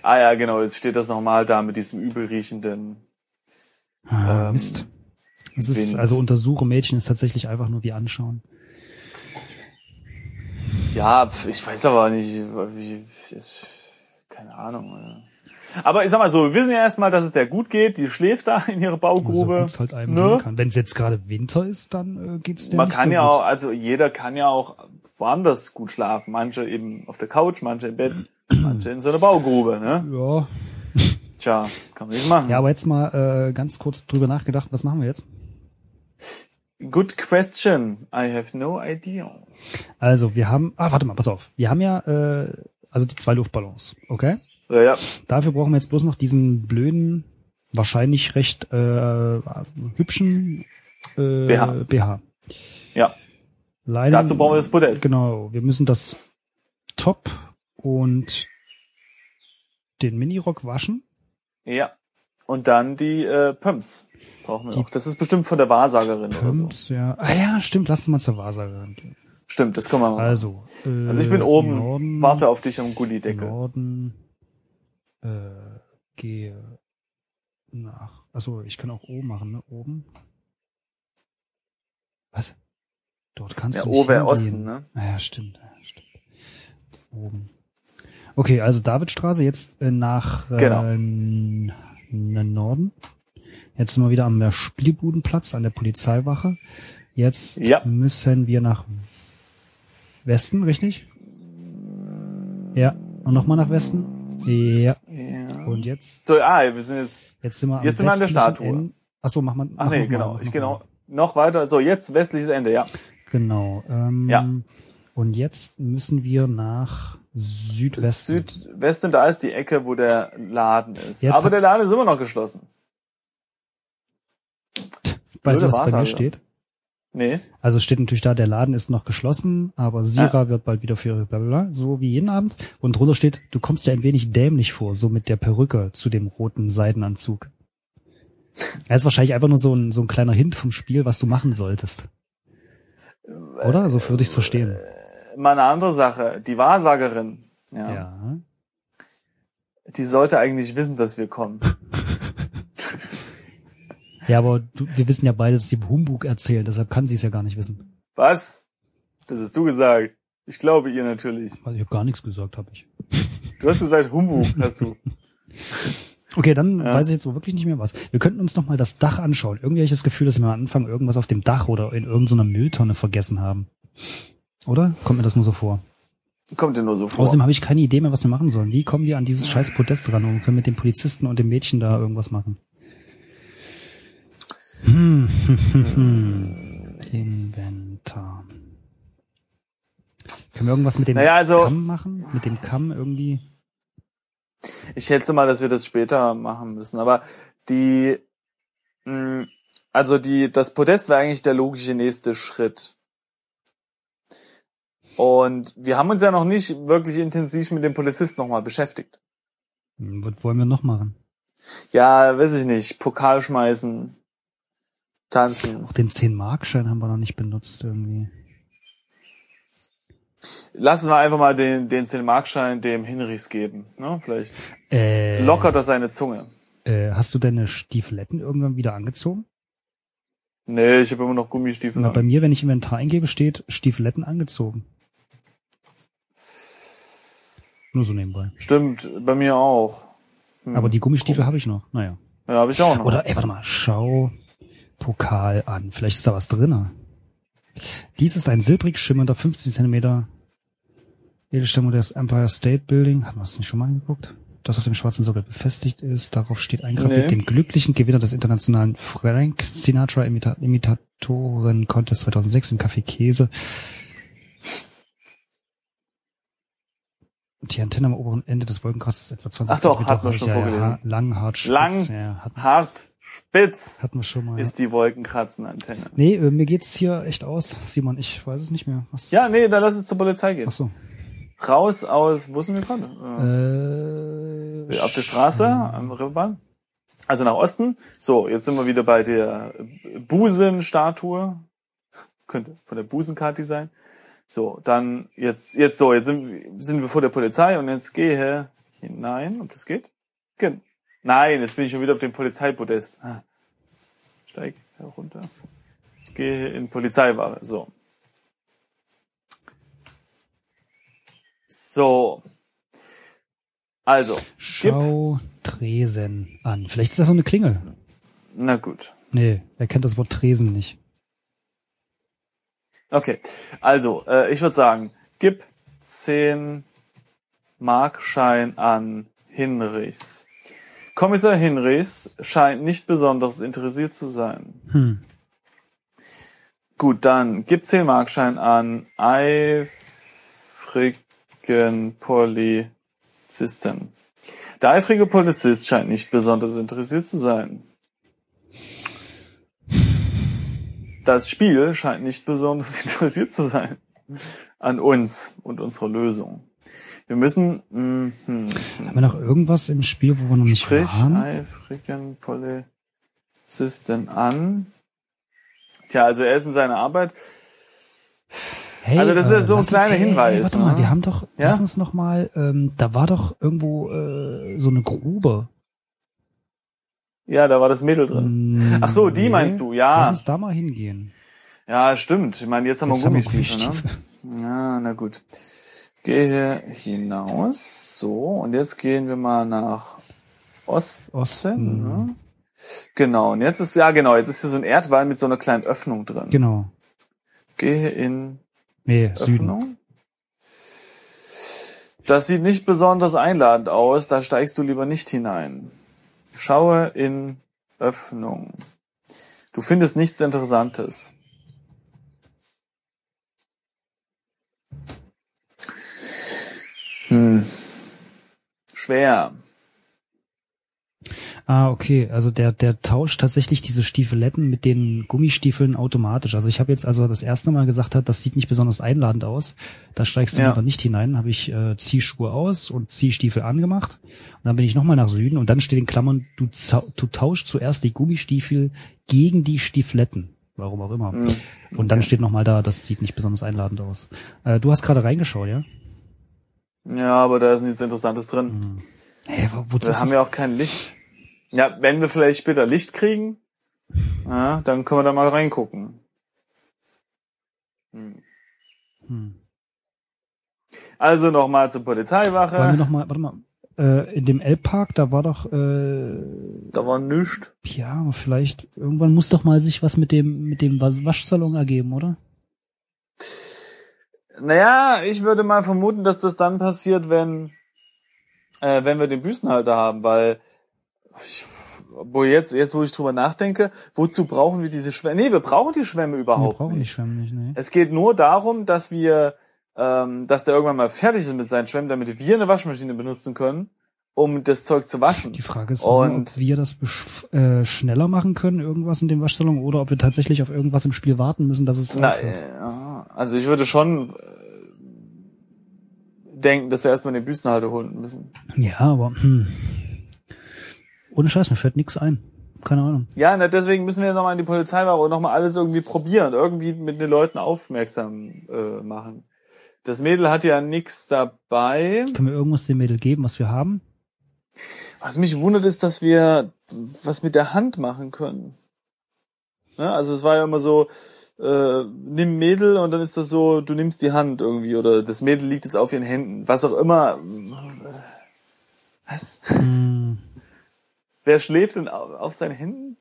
Speaker 1: Ah ja, genau, jetzt steht das nochmal da mit diesem übelriechenden.
Speaker 2: Ah,
Speaker 1: Ähm,
Speaker 2: Mist. Es ist,
Speaker 1: Wind.
Speaker 2: also untersuche Mädchen ist tatsächlich einfach nur wie anschauen.
Speaker 1: Ja, pf, ich weiß aber nicht, wie, ist, keine Ahnung. äh. Aber ich sag mal so, wir wissen ja erstmal, dass es der gut geht, die schläft da in ihrer
Speaker 2: Also
Speaker 1: Baugrube.
Speaker 2: gut's halt einem
Speaker 1: ne?
Speaker 2: gehen kann. Wenn es jetzt gerade Winter ist, dann äh, geht's dir
Speaker 1: Man
Speaker 2: nicht
Speaker 1: kann
Speaker 2: so
Speaker 1: ja
Speaker 2: gut.
Speaker 1: auch, also jeder kann ja auch woanders gut schlafen. Manche eben auf der Couch, manche im Bett, manche in so einer Baugrube, ne?
Speaker 2: Ja.
Speaker 1: Tja, kann man nicht machen.
Speaker 2: ja, aber jetzt mal äh, ganz kurz drüber nachgedacht, was machen wir jetzt?
Speaker 1: Good question. I have no idea.
Speaker 2: Also, wir haben, ah, warte mal, pass auf. Wir haben ja, äh, also die zwei Luftballons, okay?
Speaker 1: Äh, Ja, ja.
Speaker 2: Dafür brauchen wir jetzt bloß noch diesen blöden, wahrscheinlich recht äh, hübschen äh,
Speaker 1: BH.
Speaker 2: BH.
Speaker 1: Ja.
Speaker 2: Leider,
Speaker 1: Dazu brauchen wir das Podest.
Speaker 2: Ähm, Genau, wir müssen das Top und den Minirock waschen.
Speaker 1: Ja. Und dann die äh, Pumps brauchen wir
Speaker 2: Die-
Speaker 1: noch. Das ist bestimmt von der Wahrsagerin oder so.
Speaker 2: Pumps, ja. Ah ja, stimmt, lass uns mal zur Wahrsagerin gehen.
Speaker 1: Stimmt, das können wir machen. Also,
Speaker 2: Also, äh,
Speaker 1: ich bin oben,
Speaker 2: Norden,
Speaker 1: warte auf dich am
Speaker 2: Genau.
Speaker 1: Gullideckel.
Speaker 2: Norden, äh, gehe nach, also ich kann auch O machen, ne, oben. Was? Dort kannst
Speaker 1: Ja,
Speaker 2: du nicht
Speaker 1: O wäre
Speaker 2: hingehen.
Speaker 1: Osten, ne?
Speaker 2: Ah, ja, stimmt, ja, stimmt. Oben. Okay, also Davidstraße jetzt äh, nach äh,
Speaker 1: Genau.
Speaker 2: n- n- Norden. Jetzt sind wir wieder am Spielbudenplatz an der Polizeiwache. Jetzt
Speaker 1: Ja.
Speaker 2: müssen wir nach Westen, richtig? Ja. Und nochmal nach Westen? Ja.
Speaker 1: Ja.
Speaker 2: Und jetzt,
Speaker 1: So, ah, wir sind jetzt,
Speaker 2: jetzt sind wir am
Speaker 1: Jetzt sind wir an der
Speaker 2: westlichen
Speaker 1: Statue.
Speaker 2: Ende- Ach so, mach mal.
Speaker 1: ach
Speaker 2: mach
Speaker 1: nee,
Speaker 2: noch
Speaker 1: genau,
Speaker 2: Mal,
Speaker 1: ich
Speaker 2: mach
Speaker 1: genau,
Speaker 2: Mal.
Speaker 1: noch weiter, so, jetzt westliches Ende, ja.
Speaker 2: Genau. Ähm,
Speaker 1: Ja.
Speaker 2: Und jetzt müssen wir nach
Speaker 1: Das
Speaker 2: Südwesten.
Speaker 1: Südwesten, da ist die Ecke, wo der Laden ist.
Speaker 2: Jetzt
Speaker 1: Aber
Speaker 2: hat-
Speaker 1: der Laden ist immer noch geschlossen.
Speaker 2: weißt du,
Speaker 1: Blöde
Speaker 2: was bei mir
Speaker 1: Wahrsager.
Speaker 2: steht?
Speaker 1: Nee,
Speaker 2: Also steht natürlich da, der Laden ist noch geschlossen, aber Sira wird bald wieder für ihre Blablabla, so wie jeden Abend. Und drunter steht, du kommst ja ein wenig dämlich vor, so mit der Perücke zu dem roten Seidenanzug. Das ist wahrscheinlich einfach nur so ein, so ein kleiner Hint vom Spiel, was du machen solltest. Oder? So würde ich es verstehen.
Speaker 1: Äh, mal eine andere Sache. Die Wahrsagerin, Äh, ja,
Speaker 2: Ja.
Speaker 1: die sollte eigentlich wissen, dass wir kommen.
Speaker 2: Ja, aber du, wir wissen ja beide, dass sie Humbug erzählt, deshalb kann sie es ja gar nicht wissen.
Speaker 1: Was? Das hast du gesagt. Ich glaube ihr natürlich.
Speaker 2: Also ich habe gar nichts gesagt, habe ich.
Speaker 1: Du hast gesagt, Humbug, hast du.
Speaker 2: Okay, dann
Speaker 1: Ja.
Speaker 2: weiß ich jetzt wohl wirklich nicht mehr was. Wir könnten uns noch mal das Dach anschauen. Irgendwie habe ich das Gefühl, dass wir am Anfang irgendwas auf dem Dach oder in irgendeiner Mülltonne vergessen haben. Oder? Kommt mir das nur so vor?
Speaker 1: Kommt dir nur so vor.
Speaker 2: Außerdem habe ich keine Idee mehr, was wir machen sollen. Wie kommen wir an dieses scheiß Podest ran und können mit dem Polizisten und dem Mädchen da irgendwas machen? Hm. Inventar. Können wir irgendwas mit dem
Speaker 1: Naja, also-
Speaker 2: Kamm machen? Mit dem Kamm irgendwie?
Speaker 1: Ich schätze mal, dass wir das später machen müssen. Aber die, mh, also die, das Podest wäre eigentlich der logische nächste Schritt. Und wir haben uns ja noch nicht wirklich intensiv mit dem Polizisten nochmal beschäftigt.
Speaker 2: Hm, Was wollen wir noch machen?
Speaker 1: Ja, weiß ich nicht. Pokal schmeißen, tanzen.
Speaker 2: Auch den 10-Mark-Schein haben wir noch nicht benutzt irgendwie.
Speaker 1: Lassen wir einfach mal den, den 10-Markschein dem Hinrichs geben. Ne? Vielleicht
Speaker 2: Äh,
Speaker 1: lockert das seine Zunge.
Speaker 2: Äh, hast du deine Stiefeletten irgendwann wieder angezogen?
Speaker 1: Nee, ich habe immer noch Gummistiefel.
Speaker 2: Na, bei
Speaker 1: an.
Speaker 2: mir, wenn ich Inventar eingebe, steht Stiefeletten angezogen. Nur so nebenbei.
Speaker 1: Stimmt, bei mir auch. Hm.
Speaker 2: Aber die Gummistiefel habe ich noch. Naja.
Speaker 1: ja, habe ich auch noch.
Speaker 2: Oder, ey, warte mal, schau Pokal an. Vielleicht ist da was drinne. Dies ist ein silbrig schimmernder 15 Zentimeter Edelstein modernes Empire State Building. Haben wir das nicht schon mal angeguckt? Das auf dem schwarzen Sockel befestigt ist. Darauf steht eingraviert
Speaker 1: Nee.
Speaker 2: dem glücklichen Gewinner des internationalen Frank Sinatra Imita Imitatoren Contest 2006 im Café Käse. Die Antenne am oberen Ende des Wolkenkratzes ist etwa 20
Speaker 1: Ach doch,
Speaker 2: Zentimeter
Speaker 1: hat man
Speaker 2: hoch.
Speaker 1: schon
Speaker 2: ja,
Speaker 1: vorgelesen.
Speaker 2: Ja, lang, hart, spitz.
Speaker 1: Lang,
Speaker 2: ja, hat
Speaker 1: Hart, spitz
Speaker 2: hatten wir schon mal.
Speaker 1: ist die Wolkenkratzenantenne.
Speaker 2: nee, äh, mir geht's hier echt aus, Simon. Ich weiß es nicht mehr. Was?
Speaker 1: Ja, nee, dann lass es zur Polizei gehen.
Speaker 2: Ach so.
Speaker 1: Raus aus, wo sind wir gerade?
Speaker 2: Äh,
Speaker 1: Äh, auf der Straße, am Reeperbahn. Also nach Osten. So, jetzt sind wir wieder bei der äh, Busenstatue. Könnte von der Busenkati sein. So, dann jetzt, jetzt so, jetzt sind, sind wir vor der Polizei und jetzt gehe hinein, ob das geht. Gen Nein, jetzt bin ich schon wieder auf dem Polizeipodest. Ah. Steig herunter. Gehe in Polizeiwache. So. So. Also,
Speaker 2: Schau Tresen an. Vielleicht ist das so eine Klingel.
Speaker 1: na gut.
Speaker 2: Nee, wer kennt das Wort Tresen nicht?
Speaker 1: Okay, also äh, ich würde sagen, gib 10 Markschein an Hinrichs. Kommissar Hinrichs scheint nicht besonders interessiert zu sein.
Speaker 2: Hm.
Speaker 1: Gut, dann gib 10 Markschein an eifrigen Polizisten. Der eifrige Polizist scheint nicht besonders interessiert zu sein. Das Spiel scheint nicht besonders interessiert zu sein an uns und unserer Lösung. Wir müssen, mh, hm,
Speaker 2: Haben wir noch irgendwas im Spiel, wo wir noch nicht
Speaker 1: Sprich
Speaker 2: waren?
Speaker 1: eifrigen Polizisten an. Tja, also er ist in seiner Arbeit.
Speaker 2: Hey, äh,
Speaker 1: also das ist ja so ein
Speaker 2: lass-
Speaker 1: kleiner Hinweis,
Speaker 2: Warte mal,
Speaker 1: ne?
Speaker 2: wir haben doch,
Speaker 1: Ja?
Speaker 2: lass uns noch mal, ähm, da war doch irgendwo äh, so eine Grube.
Speaker 1: Ja, da war das Mädel drin.
Speaker 2: Hm,
Speaker 1: Ach so, die meinst du, Ah. ja.
Speaker 2: Lass uns da mal hingehen.
Speaker 1: Ja, stimmt. Ich meine, jetzt haben wir
Speaker 2: Jetzt haben wir
Speaker 1: Gummistiefel, ne? Ja, na gut. Gehe hinaus. So, und jetzt gehen wir mal nach Osten.
Speaker 2: Osten.
Speaker 1: Ne? Genau, und jetzt ist, ja genau, jetzt ist hier so ein Erdwall mit so einer kleinen Öffnung drin.
Speaker 2: Genau.
Speaker 1: Gehe in
Speaker 2: Nee, Süden.
Speaker 1: Öffnung. Das sieht nicht besonders einladend aus, da steigst du lieber nicht hinein. Schaue in Öffnung. Du findest nichts Interessantes. Hm. Schwer.
Speaker 2: Ah, okay. Also der, der tauscht tatsächlich diese Stiefeletten mit den Gummistiefeln automatisch. Also ich habe jetzt, also das erste Mal gesagt hat, das sieht nicht besonders einladend aus. Da steigst du
Speaker 1: Ja.
Speaker 2: lieber nicht hinein. Habe ich äh, Ziehschuhe aus und Ziehstiefel angemacht. Und dann bin ich nochmal nach Süden und dann steht in Klammern, du, zau- du tauschst zuerst die Gummistiefel gegen die Stiefeletten. Warum auch immer.
Speaker 1: Hm.
Speaker 2: Und dann
Speaker 1: Okay.
Speaker 2: steht nochmal da, das sieht nicht besonders einladend aus. Äh, du hast gerade reingeschaut, ja?
Speaker 1: Ja, aber da ist nichts Interessantes drin.
Speaker 2: Hm. Hä, wo,
Speaker 1: Mhm.
Speaker 2: wozu
Speaker 1: Wir
Speaker 2: ist das?
Speaker 1: haben ja auch kein Licht. Ja, wenn wir vielleicht später Licht kriegen, ja, dann können wir da mal reingucken. Hm.
Speaker 2: Hm.
Speaker 1: Also nochmal zur
Speaker 2: Wollen wir
Speaker 1: Polizeiwache.
Speaker 2: noch mal, warte mal, äh, in dem Elbpark, da war doch, äh,
Speaker 1: Da war nichts.
Speaker 2: ja, vielleicht, irgendwann muss doch mal sich was mit dem, mit dem Was- Waschsalon ergeben, oder?
Speaker 1: Naja, ich würde mal vermuten, dass das dann passiert, wenn, äh, wenn wir den Büßenhalter haben, weil ich, wo jetzt, jetzt wo ich drüber nachdenke, wozu brauchen wir diese Schwämme? Nee, wir brauchen die Schwämme
Speaker 2: Wir
Speaker 1: überhaupt
Speaker 2: brauchen die
Speaker 1: nicht.
Speaker 2: Schwämme nicht, ne?
Speaker 1: Es geht nur darum, dass wir, ähm, dass der irgendwann mal fertig ist mit seinen Schwämmen, damit wir eine Waschmaschine benutzen können, um das Zeug zu waschen.
Speaker 2: Die Frage ist, nur,
Speaker 1: Und-
Speaker 2: ob wir das besch- äh, schneller machen können, irgendwas in dem Waschsalon, oder ob wir tatsächlich auf irgendwas im Spiel warten müssen, dass es
Speaker 1: Na,
Speaker 2: aufhört.
Speaker 1: äh, ja, also ich würde schon äh, denken, dass wir erstmal den Büstenhalter holen müssen.
Speaker 2: Ja, aber, hm. Ohne Scheiß, mir fällt nix ein. Keine Ahnung.
Speaker 1: Ja, na, deswegen müssen wir jetzt nochmal in die Polizeiwache und nochmal alles irgendwie probieren, irgendwie mit den Leuten aufmerksam äh, machen. Das Mädel hat ja nichts dabei.
Speaker 2: Können wir irgendwas dem Mädel geben, was wir haben?
Speaker 1: Was mich wundert, ist, dass wir was mit der Hand machen können. Ne? Also es war ja immer so, äh, nimm Mädel und dann ist das so, du nimmst die Hand irgendwie oder das Mädel liegt jetzt auf ihren Händen. Was auch immer. Was?
Speaker 2: Hm.
Speaker 1: Wer schläft denn au- auf seinen Händen?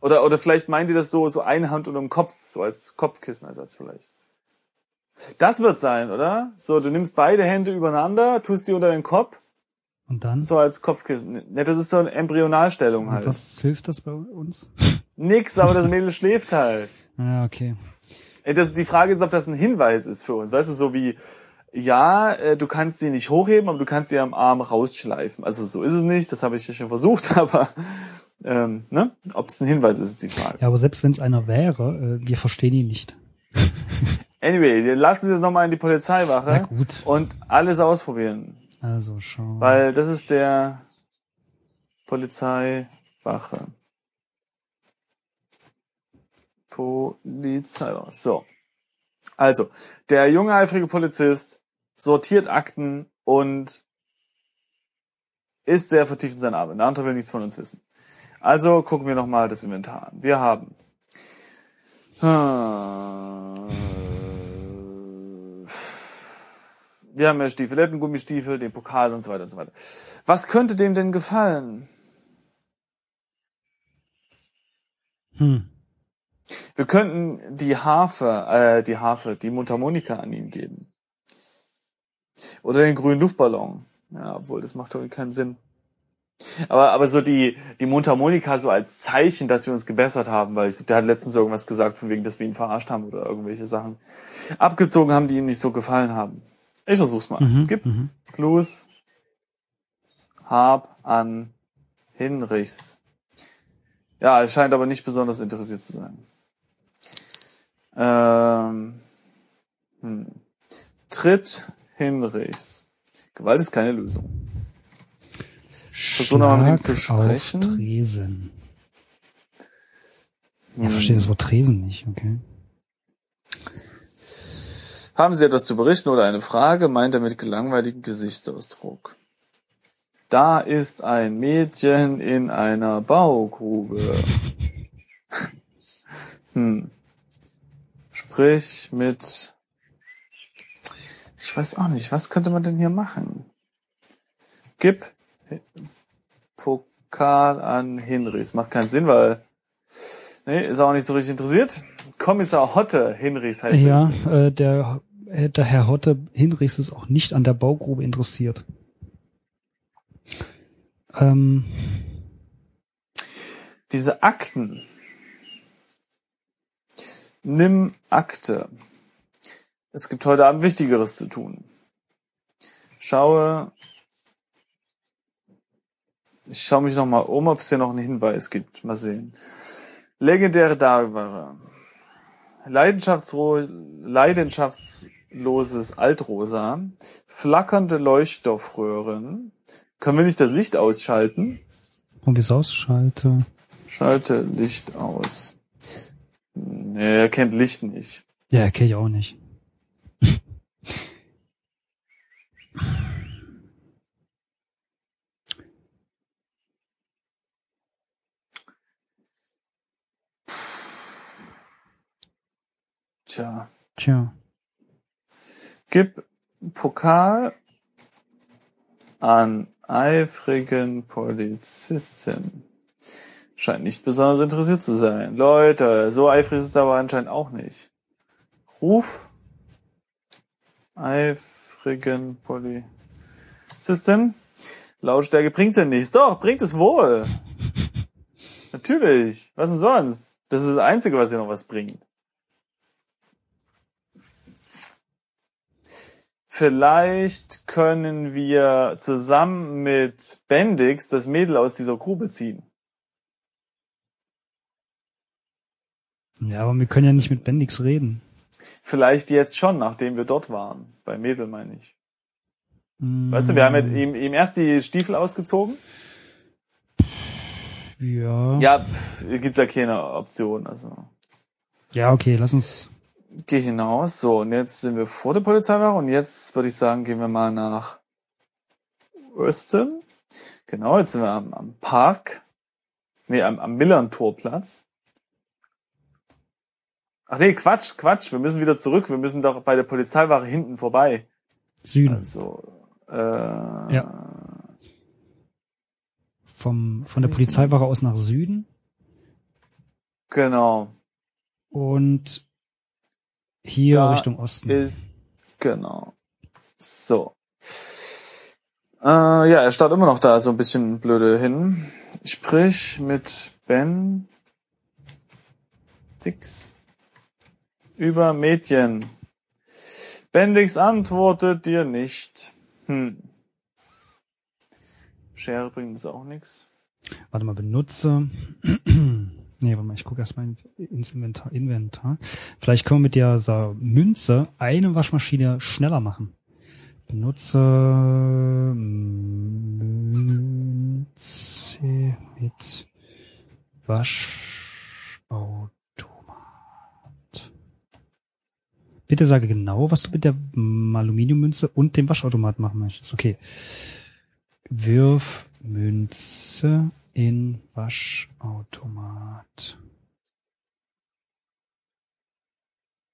Speaker 1: Oder, oder vielleicht meint ihr das so, so eine Hand unter dem Kopf, so als Kopfkissenersatz vielleicht. Das wird sein, oder? So, du nimmst beide Hände übereinander, tust die unter den Kopf,
Speaker 2: Und dann?
Speaker 1: so als Kopfkissen. Ne, das ist so eine Embryonalstellung
Speaker 2: Und
Speaker 1: halt.
Speaker 2: was hilft das bei uns?
Speaker 1: Nix, aber das Mädel schläft halt.
Speaker 2: Ja, okay.
Speaker 1: Ey, Das, die Frage ist, ob das ein Hinweis ist für uns. Weißt du, so wie, ja, äh, du kannst sie nicht hochheben, aber du kannst sie am Arm rausschleifen. Also so ist es nicht, das habe ich ja schon versucht, aber ähm, ne? ob es ein Hinweis ist, ist die Frage.
Speaker 2: Ja, aber selbst wenn es einer wäre, äh, wir verstehen ihn nicht.
Speaker 1: Anyway, wir lassen Sie jetzt nochmal in die
Speaker 2: Na
Speaker 1: Polizeiwache
Speaker 2: gut.
Speaker 1: und alles ausprobieren.
Speaker 2: Also schau.
Speaker 1: Weil das ist der Polizeiwache. Polizeiwache. So. Also, der junge eifrige Polizist sortiert Akten und ist sehr vertieft in seine Arbeit. Der andere will nichts von uns wissen. Also gucken wir nochmal das Inventar an. Wir haben. äh, Hm. Wir haben ja Stiefeletten, Gummistiefel, den Pokal und so weiter und so weiter. Was könnte dem denn gefallen?
Speaker 2: Hm.
Speaker 1: Wir könnten die Harfe, äh, die Harfe, die Mundharmonika an ihn geben. Oder den grünen Luftballon. Ja, obwohl, das macht doch keinen Sinn. Aber, aber so die, die Mundharmonika so als Zeichen, dass wir uns gebessert haben, weil ich, der hat letztens irgendwas gesagt, von wegen, dass wir ihn verarscht haben oder irgendwelche Sachen. Abgezogen haben, die ihm nicht so gefallen haben. Ich versuch's mal.
Speaker 2: Mhm.
Speaker 1: Gib
Speaker 2: Mhm.
Speaker 1: Plus Hab an Hinrichs. Ja, er scheint aber nicht besonders interessiert zu sein. Ähm, hm. Tritt Hinrichs. Gewalt ist keine Lösung. versuch noch mal mit ihm zu
Speaker 2: Schlag auf
Speaker 1: sprechen.
Speaker 2: Tresen.
Speaker 1: Hm.
Speaker 2: Ja, verstehe das Wort Tresen nicht, okay.
Speaker 1: Haben Sie etwas zu berichten oder eine Frage? Meint er mit gelangweiligem Gesichtsausdruck. Da ist ein Mädchen in einer Baugrube. Hm. Sprich mit. Ich ich weiß auch nicht, was könnte man denn hier machen? Gib Pokal an Hinrichs. Macht keinen Sinn, weil nee, ist auch nicht so richtig interessiert. Kommissar Hotte Hinrichs heißt er.
Speaker 2: Ja, äh, der, äh, der Herr Hotte Hinrichs ist auch nicht an der Baugrube interessiert. Ähm,
Speaker 1: Diese Akten. Nimm Akte. Es gibt heute Abend Wichtigeres zu tun. Schaue. Ich schaue mich nochmal um, ob es hier noch einen Hinweis gibt. Mal sehen. Legendäre Darware. Leidenschaftsro leidenschaftsloses Altrosa. Flackernde Leuchtstoffröhren. Können wir nicht das Licht ausschalten?
Speaker 2: ob ich es ausschalte?
Speaker 1: Schalte Licht aus. Nee, er kennt Licht nicht.
Speaker 2: Ja, kenne ich auch nicht.
Speaker 1: Tja.
Speaker 2: Tja.
Speaker 1: Gib Pokal an eifrigen Polizisten. Scheint nicht besonders interessiert zu sein. Leute, so eifrig ist es aber anscheinend auch nicht. Ruf eifrigen Polizisten. Lautstärke bringt denn nichts. Doch, bringt es wohl. Natürlich. Was denn sonst? Das ist das Einzige, was hier noch was bringt. Vielleicht können wir zusammen mit Bendix das Mädel aus dieser Grube ziehen.
Speaker 2: Ja, aber wir können ja nicht mit Bendix reden.
Speaker 1: Vielleicht jetzt schon, nachdem wir dort waren. Bei Mädel meine ich.
Speaker 2: Hm,
Speaker 1: Weißt du, wir haben mit ihm, ihm erst die Stiefel ausgezogen.
Speaker 2: Ja.
Speaker 1: Ja, pff, gibt's ja keine Option. Also
Speaker 2: Ja, okay, lass uns.
Speaker 1: geh hinaus. So und jetzt sind wir vor der Polizeiwache und jetzt würde ich sagen, gehen wir mal nach Östen. Genau, jetzt sind wir am, am Park. Nee, am, am Millern-Torplatz. Ach nee, Quatsch, Quatsch. Wir müssen wieder zurück. Wir müssen doch bei der Polizeiwache hinten vorbei.
Speaker 2: Süden.
Speaker 1: Also, äh, ja.
Speaker 2: Vom, von der
Speaker 1: Nicht
Speaker 2: Polizeiwache
Speaker 1: ganz.
Speaker 2: aus nach Süden.
Speaker 1: genau.
Speaker 2: Und hier
Speaker 1: Da
Speaker 2: Richtung Osten.
Speaker 1: Ist, genau. So. Äh, ja, er starrt immer noch da so ein bisschen blöde hin. Ich sprich mit Ben Dix über Mädchen. Bendix antwortet dir nicht. Hm. Schere bringt es auch nichts.
Speaker 2: Warte mal, benutze. nee, warte mal, ich gucke erstmal ins Inventar, Inventar. Vielleicht können wir mit dieser Münze eine Waschmaschine schneller machen. Benutze Münze mit Waschautomat. Bitte sage genau, was du mit der Aluminiummünze und dem Waschautomat machen möchtest. Okay. Wirf Münze in Waschautomat.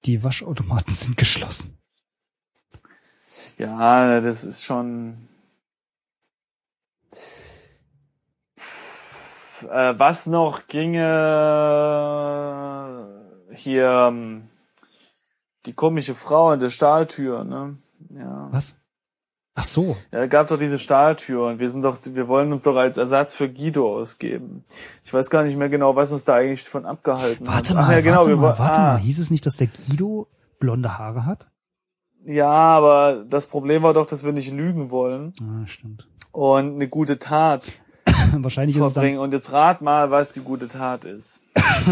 Speaker 2: Die Waschautomaten sind geschlossen.
Speaker 1: Ja, das ist schon. Äh, was noch ginge hier ähm, die komische Frau in der Stahltür, ne? Ja.
Speaker 2: Was? Ach so.
Speaker 1: Ja, gab doch diese Stahltür und wir sind doch, wir wollen uns doch als Ersatz für Guido ausgeben. Ich weiß gar nicht mehr genau, was uns da eigentlich von abgehalten
Speaker 2: Warte
Speaker 1: hat.
Speaker 2: mal,
Speaker 1: Ach ja, genau,
Speaker 2: warte
Speaker 1: wir
Speaker 2: mal,
Speaker 1: wollten-
Speaker 2: warte
Speaker 1: ah.
Speaker 2: mal. Hieß es nicht, dass der Guido blonde Haare hat?
Speaker 1: Ja, aber das Problem war doch, dass wir nicht lügen wollen
Speaker 2: Ah, stimmt.
Speaker 1: und eine gute Tat
Speaker 2: Wahrscheinlich ist es dann
Speaker 1: vorbringen. Und jetzt rat mal, was die gute Tat ist.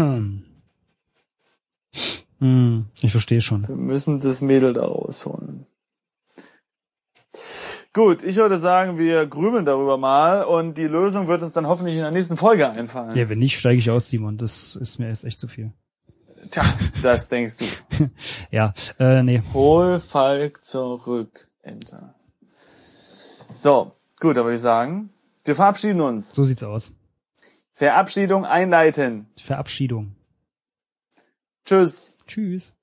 Speaker 2: Hm, ich verstehe schon.
Speaker 1: Wir müssen das Mädel da rausholen. Gut, ich würde sagen, wir grübeln darüber mal und die Lösung wird uns dann hoffentlich in der nächsten Folge einfallen.
Speaker 2: Ja, wenn nicht, steige ich aus, Simon. Das ist mir jetzt echt zu viel.
Speaker 1: Tja, das denkst du.
Speaker 2: Ja, äh, nee.
Speaker 1: Hol Falk zurück. Enter. So, gut, dann würde ich sagen, wir verabschieden uns.
Speaker 2: So sieht's aus.
Speaker 1: Verabschiedung einleiten.
Speaker 2: Verabschiedung.
Speaker 1: Tschüss.
Speaker 2: Tschüss.